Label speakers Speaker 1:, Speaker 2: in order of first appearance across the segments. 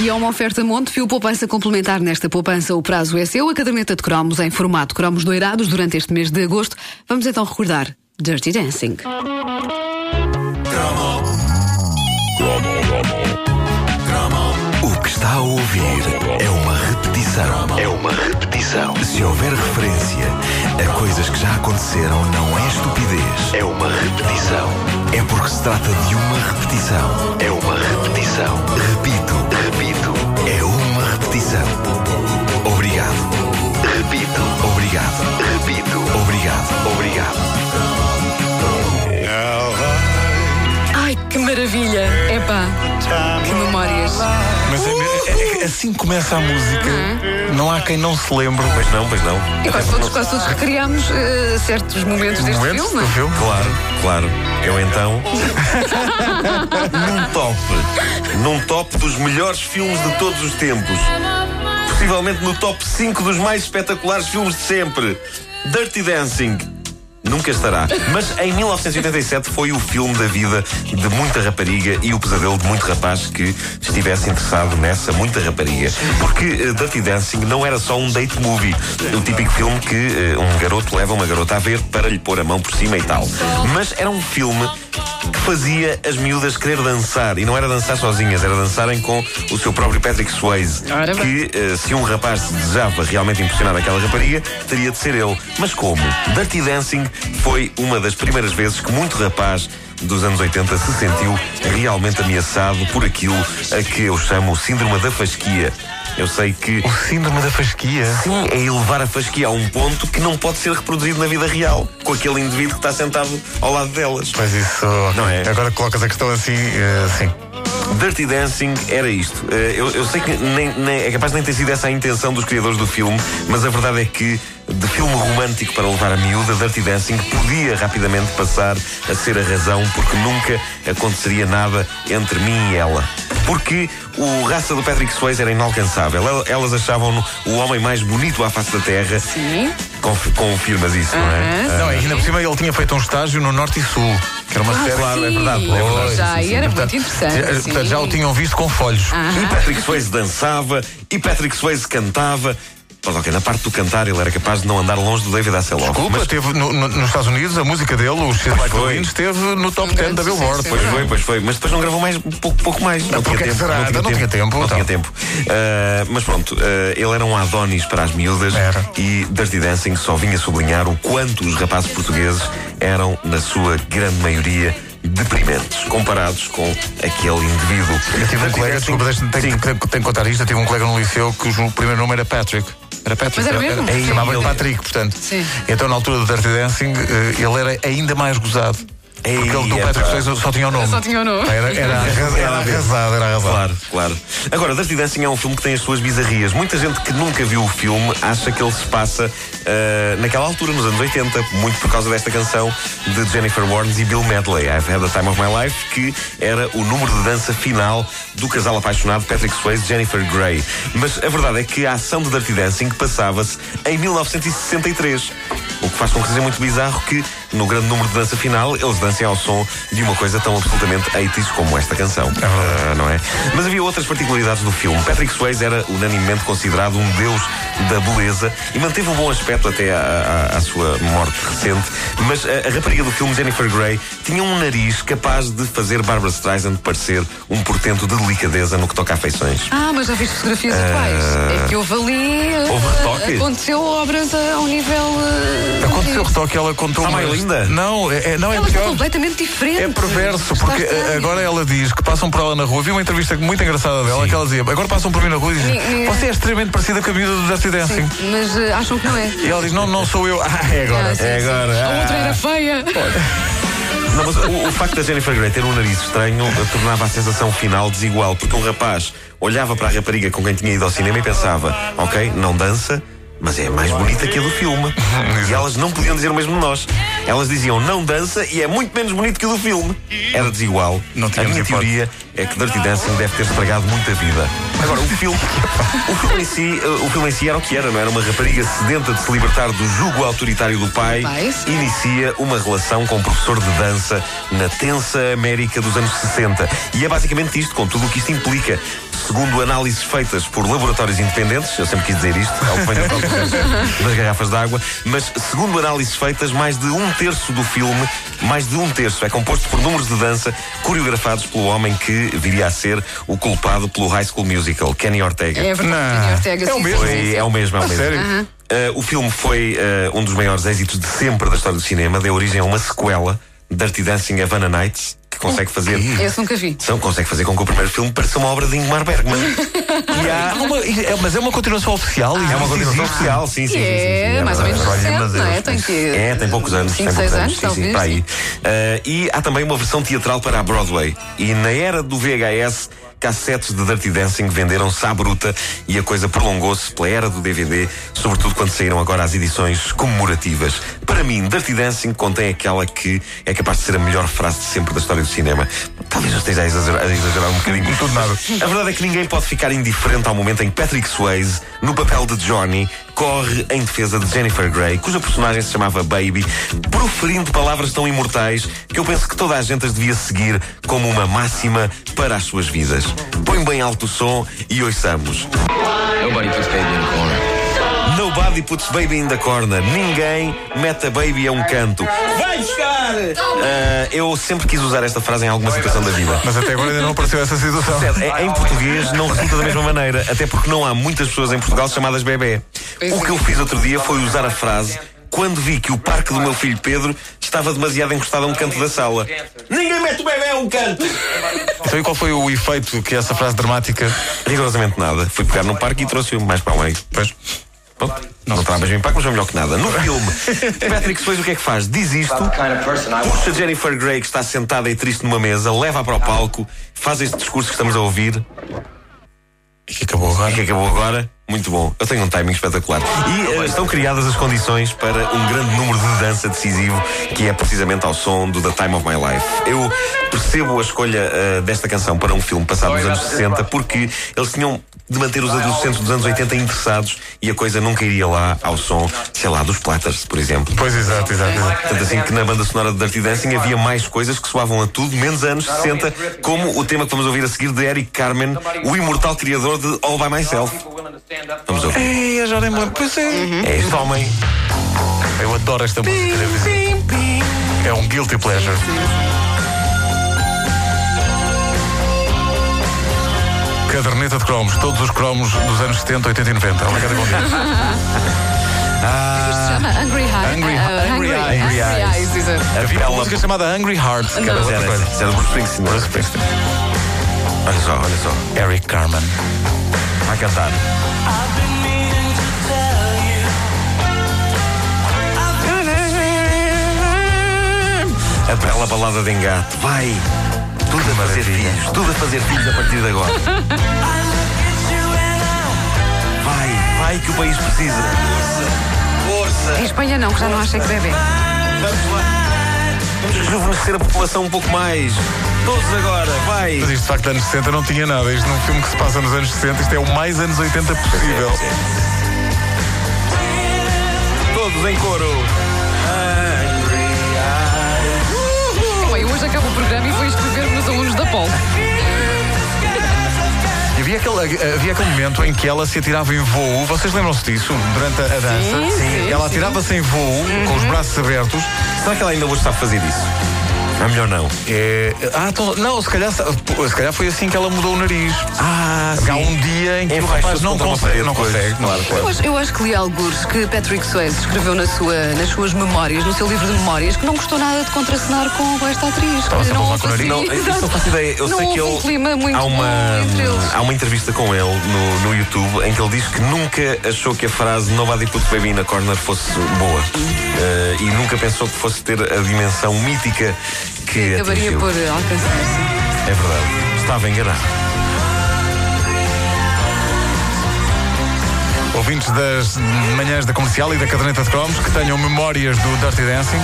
Speaker 1: E é uma oferta Montepio Poupança Complementar. Nesta poupança, o prazo é seu. A caderneta de cromos em formato cromos doirados durante este mês de agosto. Vamos então recordar Dirty Dancing.
Speaker 2: O que está a ouvir é uma repetição. É uma repetição. Se houver referência a coisas que já aconteceram, não é estupidez. É uma repetição. É porque se trata de uma repetição. É uma repetição. Repito, repito. É uma repetição. Obrigado. Repito. Obrigado. Repito. Obrigado. Obrigado.
Speaker 3: Ai, que maravilha! Epá,
Speaker 4: Tá
Speaker 3: que memórias.
Speaker 4: Mas é, é- é- assim que começa a música. Não há quem não se lembre.
Speaker 5: Pois não, pois não.
Speaker 3: E quase todos, quase todos recriámos eh, certos momentos deste
Speaker 4: Momentos
Speaker 3: filme.
Speaker 4: do filme.
Speaker 5: Claro, claro. Eu então. num top. Num top dos melhores filmes de todos os tempos. Possivelmente no top 5 dos mais espetaculares filmes de sempre. Dirty Dancing. Nunca estará. Mas em 1987 foi o filme da vida de muita rapariga e o pesadelo de muito rapaz que estivesse interessado nessa muita rapariga. Porque eh, Dirty Dancing não era só um date movie, o típico filme que eh, um garoto leva uma garota a ver para lhe pôr a mão por cima e tal. Mas era um filme que fazia as miúdas querer dançar. E não era dançar sozinhas, era dançarem com o seu próprio Patrick Swayze.
Speaker 3: Ora bem.
Speaker 5: Que eh, se um rapaz se desejava realmente impressionar aquela rapariga, teria de ser ele. Mas como? Dirty Dancing foi uma das primeiras vezes que muito rapaz dos anos 80 se sentiu realmente ameaçado por aquilo a que eu chamo o síndrome da fasquia. Eu sei que
Speaker 4: O síndrome da fasquia.
Speaker 5: Sim, é elevar a fasquia a um ponto que não pode ser reproduzido na vida real, com aquele indivíduo que está sentado ao lado delas.
Speaker 4: Mas isso.
Speaker 5: Não é?
Speaker 4: Agora colocas a questão assim. eh, sim.
Speaker 5: Dirty Dancing era isto. Eh, Eu, eu sei que nem- nem- é capaz de nem ter sido essa a intenção dos criadores do filme, mas a verdade é que de filme romântico para levar a miúda, Dirty Dancing podia rapidamente passar a ser a razão porque nunca aconteceria nada entre mim e ela. Porque o raça do Patrick Swayze era inalcançável. Ela- Elas achavam-no o homem mais bonito à face da Terra.
Speaker 3: Sim.
Speaker 5: Conf- confirmas isso, não é?
Speaker 4: Não, e ainda por cima ele tinha feito um estágio no Norte e Sul, que era uma série.
Speaker 5: claro, é verdade, é
Speaker 4: Pois,
Speaker 5: verdade,
Speaker 3: Ah, Já,
Speaker 4: sim, sim,
Speaker 3: e era
Speaker 4: sim. Portanto,
Speaker 3: muito interessante. sim.
Speaker 4: já-
Speaker 3: Ah.
Speaker 4: portanto, já o tinham visto com folhos.
Speaker 5: E Patrick Swayze dançava, e Patrick Swayze cantava. Mas ok, na parte do cantar ele era capaz de não andar longe do David Hasselhoff.
Speaker 4: Desculpa,
Speaker 5: Mas
Speaker 4: teve no- no- nos Estados Unidos a música dele, o Shit Like the
Speaker 5: foi.
Speaker 4: Wind, esteve no top 10
Speaker 3: grande
Speaker 4: da Billboard.
Speaker 3: sucesso,
Speaker 5: Pois foi, pois foi. Mas depois não gravou mais, um pouco, pouco mais. Não,
Speaker 4: porque é que será? Não tinha tempo,
Speaker 5: Não
Speaker 4: então.
Speaker 5: tinha tempo. Ah, mas pronto, ah, ele era um Adonis para as miúdas
Speaker 4: Era.
Speaker 5: e Dirty Dancing só vinha sublinhar o quanto os rapazes portugueses eram, na sua grande maioria, deprimentes, comparados com aquele indivíduo.
Speaker 4: Eu tive um colega, desculpa, deixa-me- tenho, que- tenho, que contar isto. Eu tive um colega no liceu que o primeiro nome era Patrick. Era Patrick.
Speaker 3: Mas era mesmo?
Speaker 4: era-
Speaker 3: Sim.
Speaker 4: Chamava-lhe
Speaker 5: Ele-
Speaker 4: Patrick, portanto.
Speaker 3: Sim.
Speaker 4: Então, na altura do Dirty Dancing, eh, ele era ainda mais gozado.
Speaker 5: Ei,
Speaker 4: porque ele do
Speaker 5: epá.
Speaker 4: Patrick Swayze só tinha o nome.
Speaker 3: Só tinha o nome.
Speaker 4: Era, era, arrasa- era arrasado, era arrasado.
Speaker 5: Claro, claro. Agora, Dirty Dancing é um filme que tem as suas bizarrias. Muita gente que nunca viu o filme acha que ele se passa ah, naquela altura, nos anos 80, muito por causa desta canção de Jennifer Warnes e Bill Medley, I've Had the Time of My Life, que era o número de dança final do casal apaixonado Patrick Swayze e Jennifer Grey. Mas a verdade é que a ação de Dirty Dancing passava-se em 1963. O que faz com que seja muito bizarro que, no grande número de dança final, eles dancem ao som de uma coisa tão absolutamente 80s como esta canção. Ah, não é? Mas havia outras particularidades do filme. Patrick Swayze era unanimemente considerado um deus da beleza e manteve um bom aspecto até à, à- à sua morte recente. Mas a, a rapariga do filme, Jennifer Grey, tinha um nariz capaz de fazer Barbara Streisand parecer um portento de delicadeza no que toca a feições.
Speaker 3: Ah, mas já viste fotografias atuais. É que houve ali. eh,
Speaker 5: Houve retoques?
Speaker 3: Aconteceu obras a, a um nível. eh,
Speaker 4: Aconteceu que só que ela contou
Speaker 5: Está mais
Speaker 4: umas-
Speaker 5: linda?
Speaker 4: Não, é, é- não, é
Speaker 3: Ela está
Speaker 4: pior.
Speaker 3: completamente diferente.
Speaker 4: É perverso, porque
Speaker 3: Está estranho.
Speaker 4: eh, agora ela diz que passam por ela na rua. Vi uma entrevista muito engraçada dela que ela dizia: Agora passam por mim na rua e
Speaker 3: Sim,
Speaker 4: dizem:
Speaker 3: eh.
Speaker 4: Você é extremamente parecida com a miúda do Dirty Dancing.
Speaker 3: Mas eh, acham que não é.
Speaker 4: E ela diz: Não, não sou eu. Ah, é agora.
Speaker 3: Ah, sim, sim.
Speaker 5: agora.
Speaker 3: A outra era feia.
Speaker 5: Não, mas o, o facto da Jennifer Grey ter um nariz estranho eh, tornava a sensação final desigual, porque um rapaz olhava para a rapariga com quem tinha ido ao cinema e pensava: ok, não dança, mas é mais bonita que a do filme. e elas não podiam dizer o mesmo de nós. Elas diziam: não dança e é muito menos bonito que o do filme. Era desigual.
Speaker 4: Não
Speaker 5: a
Speaker 4: tínhamos
Speaker 5: minha
Speaker 4: hipótese.
Speaker 5: teoria é que Dirty Dancing deve ter estragado muita vida. Agora, o filme, o filme em si, eh, o filme em si era o que era, não era uma rapariga sedenta de se libertar do jugo autoritário do pai
Speaker 3: Pai, sim.
Speaker 5: inicia uma relação com um professor de dança na tensa América dos anos 60. E é basicamente isto, com tudo o que isto implica. segundo análises feitas por laboratórios independentes, eu sempre quis dizer isto, ao que vem das notas das garrafas de água, mas segundo análises feitas, mais de um terço do filme, mais de um terço, é composto por números de dança coreografados pelo homem que viria a ser o culpado pelo High School Musical, Kenny Ortega.
Speaker 3: É verdade,
Speaker 4: Não.
Speaker 3: António Ortega.
Speaker 4: É o
Speaker 3: sim,
Speaker 4: mesmo.
Speaker 3: sim, sim,
Speaker 5: Foi-
Speaker 3: sim.
Speaker 5: é o mesmo, é o mesmo.
Speaker 4: sério?
Speaker 5: Uh, o filme foi uh, um dos maiores êxitos de sempre da história do cinema, deu origem a uma sequela, Dirty Dancing Havana Nights, que consegue fazer.
Speaker 3: Esse nunca vi.
Speaker 5: Não, consegue fazer com que o primeiro filme pareça uma obra de Ingmar Bergman.
Speaker 4: E há uma- e- é- mas é uma continuação oficial.
Speaker 5: é uma
Speaker 4: isso
Speaker 5: continuação
Speaker 4: existe.
Speaker 5: oficial, sim, sim.
Speaker 3: E
Speaker 5: sim, sim, sim,
Speaker 3: é mais ou menos
Speaker 5: verdade.
Speaker 3: recente, não é?
Speaker 5: Olha,
Speaker 3: Tem que.
Speaker 5: é, tem poucos anos.
Speaker 3: cinco,
Speaker 5: tem
Speaker 3: seis
Speaker 5: poucos
Speaker 3: anos,
Speaker 5: sim,
Speaker 3: talvez,
Speaker 5: sim, para aí.
Speaker 3: sim.
Speaker 5: Eh, e há também uma versão teatral para a Broadway. E na era do VHS, cassetes de Dirty Dancing venderam-se à bruta e a coisa prolongou-se pela era do DVD, sobretudo quando saíram agora as edições comemorativas. Para mim, Dirty Dancing contém aquela que é capaz de ser a melhor frase de sempre da história do cinema. Talvez eu esteja a exagerar, a exagerar um bocadinho.
Speaker 4: Não estou de nada.
Speaker 5: A verdade é que ninguém pode ficar indiferente ao momento em que Patrick Swayze, no papel de Johnny, corre em defesa de Jennifer Grey, cuja personagem se chamava Baby, proferindo palavras tão imortais que eu penso que toda a gente as devia seguir como uma máxima para as suas vidas. Põe bem alto o som e ouçamos.
Speaker 6: Nobody puts baby in the corner.
Speaker 5: Nobody puts baby in the corner. Ninguém mete a baby a um canto. Vai buscar! Ah, eu sempre quis usar esta frase em alguma situação da vida.
Speaker 4: Mas até agora ainda não apareceu essa situação.
Speaker 5: Percebe? É- em português não resulta da mesma maneira, até porque não há muitas pessoas em Portugal chamadas bebê. O que eu fiz outro dia foi usar a frase quando vi que o parque do meu filho Pedro estava demasiado encostado a um canto da sala. Ninguém mete o bebê a um canto!
Speaker 4: Então e qual foi o efeito que essa frase dramática.
Speaker 5: Rigorosamente nada. Fui pegar no parque e trouxe-o mais para o meio. Pois. Pronto. Não terá mais impacto, mas é melhor que nada. No filme, Patrick Swayze o que é que faz? Diz isto, puxa Jennifer Grey que está sentada e triste numa mesa, leva-a para o palco, faz este discurso que estamos a ouvir,
Speaker 4: que acabou
Speaker 5: E que acabou agora, muito bom. Eu tenho um timing espetacular. E eh, estão criadas as condições para um grande número de dança decisivo, que é precisamente ao som do The Time of My Life. Eu percebo a escolha eh, desta canção para um filme passado nos anos 60, porque eles tinham de manter os adolescentes dos anos 80 interessados e a coisa nunca iria lá ao som, sei lá, dos Platters, por exemplo.
Speaker 4: Pois exato, exato, exato.
Speaker 5: Tanto assim que na banda sonora de Dirty Dancing havia mais coisas que soavam a tudo, menos anos 60, como o tema que vamos ouvir a seguir de Eric Carmen, o imortal criador de All By Myself. Vamos ouvir.
Speaker 4: Ei, já nem me lembro. Pois é.
Speaker 5: É este homem.
Speaker 4: Eu adoro esta música. devo dizer. É um guilty pleasure. Caderneta de cromos, todos os cromos dos anos 70, 80 e 90. Olha cada contigo.
Speaker 3: Isto se chama Angry Eyes.
Speaker 4: Angry- Angry Eyes.
Speaker 3: Angry Eyes, exato.
Speaker 5: Havia
Speaker 4: Uma
Speaker 5: ela.
Speaker 4: música chamada Angry Heart, que era
Speaker 5: Mas
Speaker 4: outra
Speaker 5: era,
Speaker 4: coisa.
Speaker 5: era Bruce Springsteen. não era? Olha só, olha só.
Speaker 4: Eric Carmen.
Speaker 5: Vai cantar. A bela É balada de engate. Vai! Tudo a fazer filhos, tudo a fazer filhos a partir de agora. Vai, vai que o país precisa.
Speaker 3: Em Espanha não, que já não achei que bebê.
Speaker 5: Vamos lá. Vamos rejuvenescer a população um pouco mais. Todos agora, vai!
Speaker 4: Mas isto de facto anos 60 não tinha nada. Isto num filme que se passa nos anos 60, isto é o mais anos 80 possível.
Speaker 5: Todos em coro. Ah,
Speaker 3: Bem, hoje acaba o programa e vou inscrever-me nos alunos da Pol.
Speaker 4: E havia aquele, eh, havia aquele momento em que ela se atirava em voo, vocês lembram-se disso? Durante a dança?
Speaker 3: Sim, sim, Uhum.
Speaker 4: ela atirava-se em voo, com os braços abertos.
Speaker 5: Será que ela ainda hoje sabe fazer isso? É melhor não.
Speaker 4: É, ah, então, não, se calhar, se calhar foi assim que ela mudou o nariz.
Speaker 5: Ah,
Speaker 4: Porque há um dia em que o
Speaker 5: Enfaixa-se
Speaker 4: rapaz não
Speaker 5: contra uma
Speaker 4: consegue.
Speaker 5: parede,
Speaker 4: Não
Speaker 5: pois,
Speaker 4: consegue.
Speaker 5: Claro, claro.
Speaker 3: Eu acho, eu acho que li alguns que Patrick Swayze escreveu na sua, nas suas memórias, no seu livro de memórias, que não gostou nada de contracenar com esta atriz.
Speaker 4: Estava-se a
Speaker 3: não
Speaker 4: pousar com o nariz.
Speaker 5: Não,
Speaker 3: assim-
Speaker 5: isso não faço ideia. Eu
Speaker 3: Não
Speaker 5: sei que
Speaker 3: houve
Speaker 5: ele.
Speaker 3: um clima muito
Speaker 5: há, uma,
Speaker 3: bom entre eles.
Speaker 5: há uma entrevista com ele no, no YouTube em que ele diz que nunca achou que a frase Nobody Put Baby in a Corner fosse boa. Eh, e nunca pensou que fosse ter a dimensão mítica que.
Speaker 3: Acabaria
Speaker 5: atingiu.
Speaker 3: por alcançar, sim.
Speaker 5: É verdade. Estava enganado.
Speaker 4: Ouvintes das manhãs da comercial e da caderneta de cromos que tenham memórias do Dirty Dancing,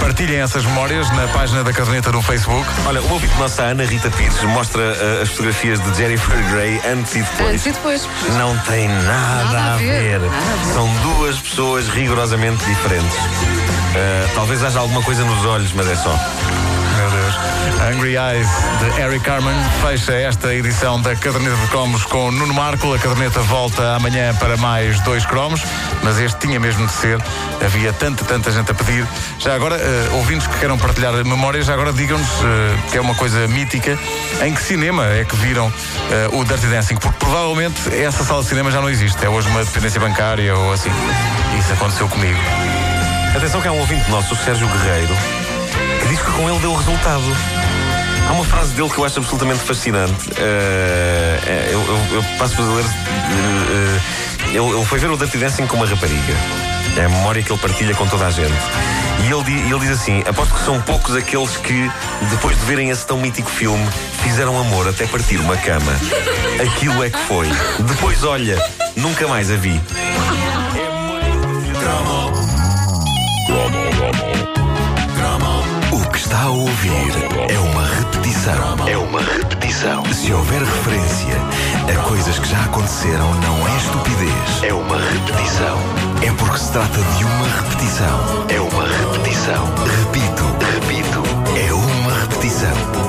Speaker 4: partilhem essas memórias na página da caderneta no Facebook.
Speaker 5: Olha, o ouvinte nossa Ana Rita Pires mostra eh, as fotografias de Jennifer Grey antes e depois.
Speaker 3: Antes e depois.
Speaker 5: Não tem nada,
Speaker 3: Nada
Speaker 5: a,
Speaker 3: a
Speaker 5: ver.
Speaker 3: ver, nada a ver.
Speaker 5: São duas pessoas rigorosamente diferentes. Eh, talvez haja alguma coisa nos olhos, mas é só.
Speaker 4: Meu Deus. Hungry Eyes de Eric Carmen fecha esta edição da Caderneta de Cromos com Nuno Marco. A caderneta volta amanhã para mais dois cromos, mas este tinha mesmo de ser. Havia tanta, tanta gente a pedir. Já agora, eh, ouvintes que queiram partilhar memórias, já agora digam-nos eh, que é uma coisa mítica. Em que cinema é que viram eh, o Dirty Dancing? Porque provavelmente essa sala de cinema já não existe. É hoje uma dependência bancária ou assim. Isso aconteceu comigo.
Speaker 5: Atenção que há um ouvinte nosso, o Sérgio Guerreiro, que diz que com ele deu o resultado. Há uma frase dele que eu acho absolutamente fascinante. Eh, eh, eu, eu, eu passo a ler. eh, eh, ele, ele foi ver o Dirty Dancing com uma rapariga. É a memória que ele partilha com toda a gente. E ele, di- ele diz assim: aposto que são poucos aqueles que, depois de verem esse tão mítico filme, fizeram amor até partir uma cama. Aquilo é que foi. Depois, olha, nunca mais a vi.
Speaker 2: O que está a ouvir é uma repetição. É uma repetição. Se houver referência a coisas que já aconteceram, não é estupidez. É uma repetição. É porque se trata de uma repetição. É uma repetição. Repito, repito, é uma repetição.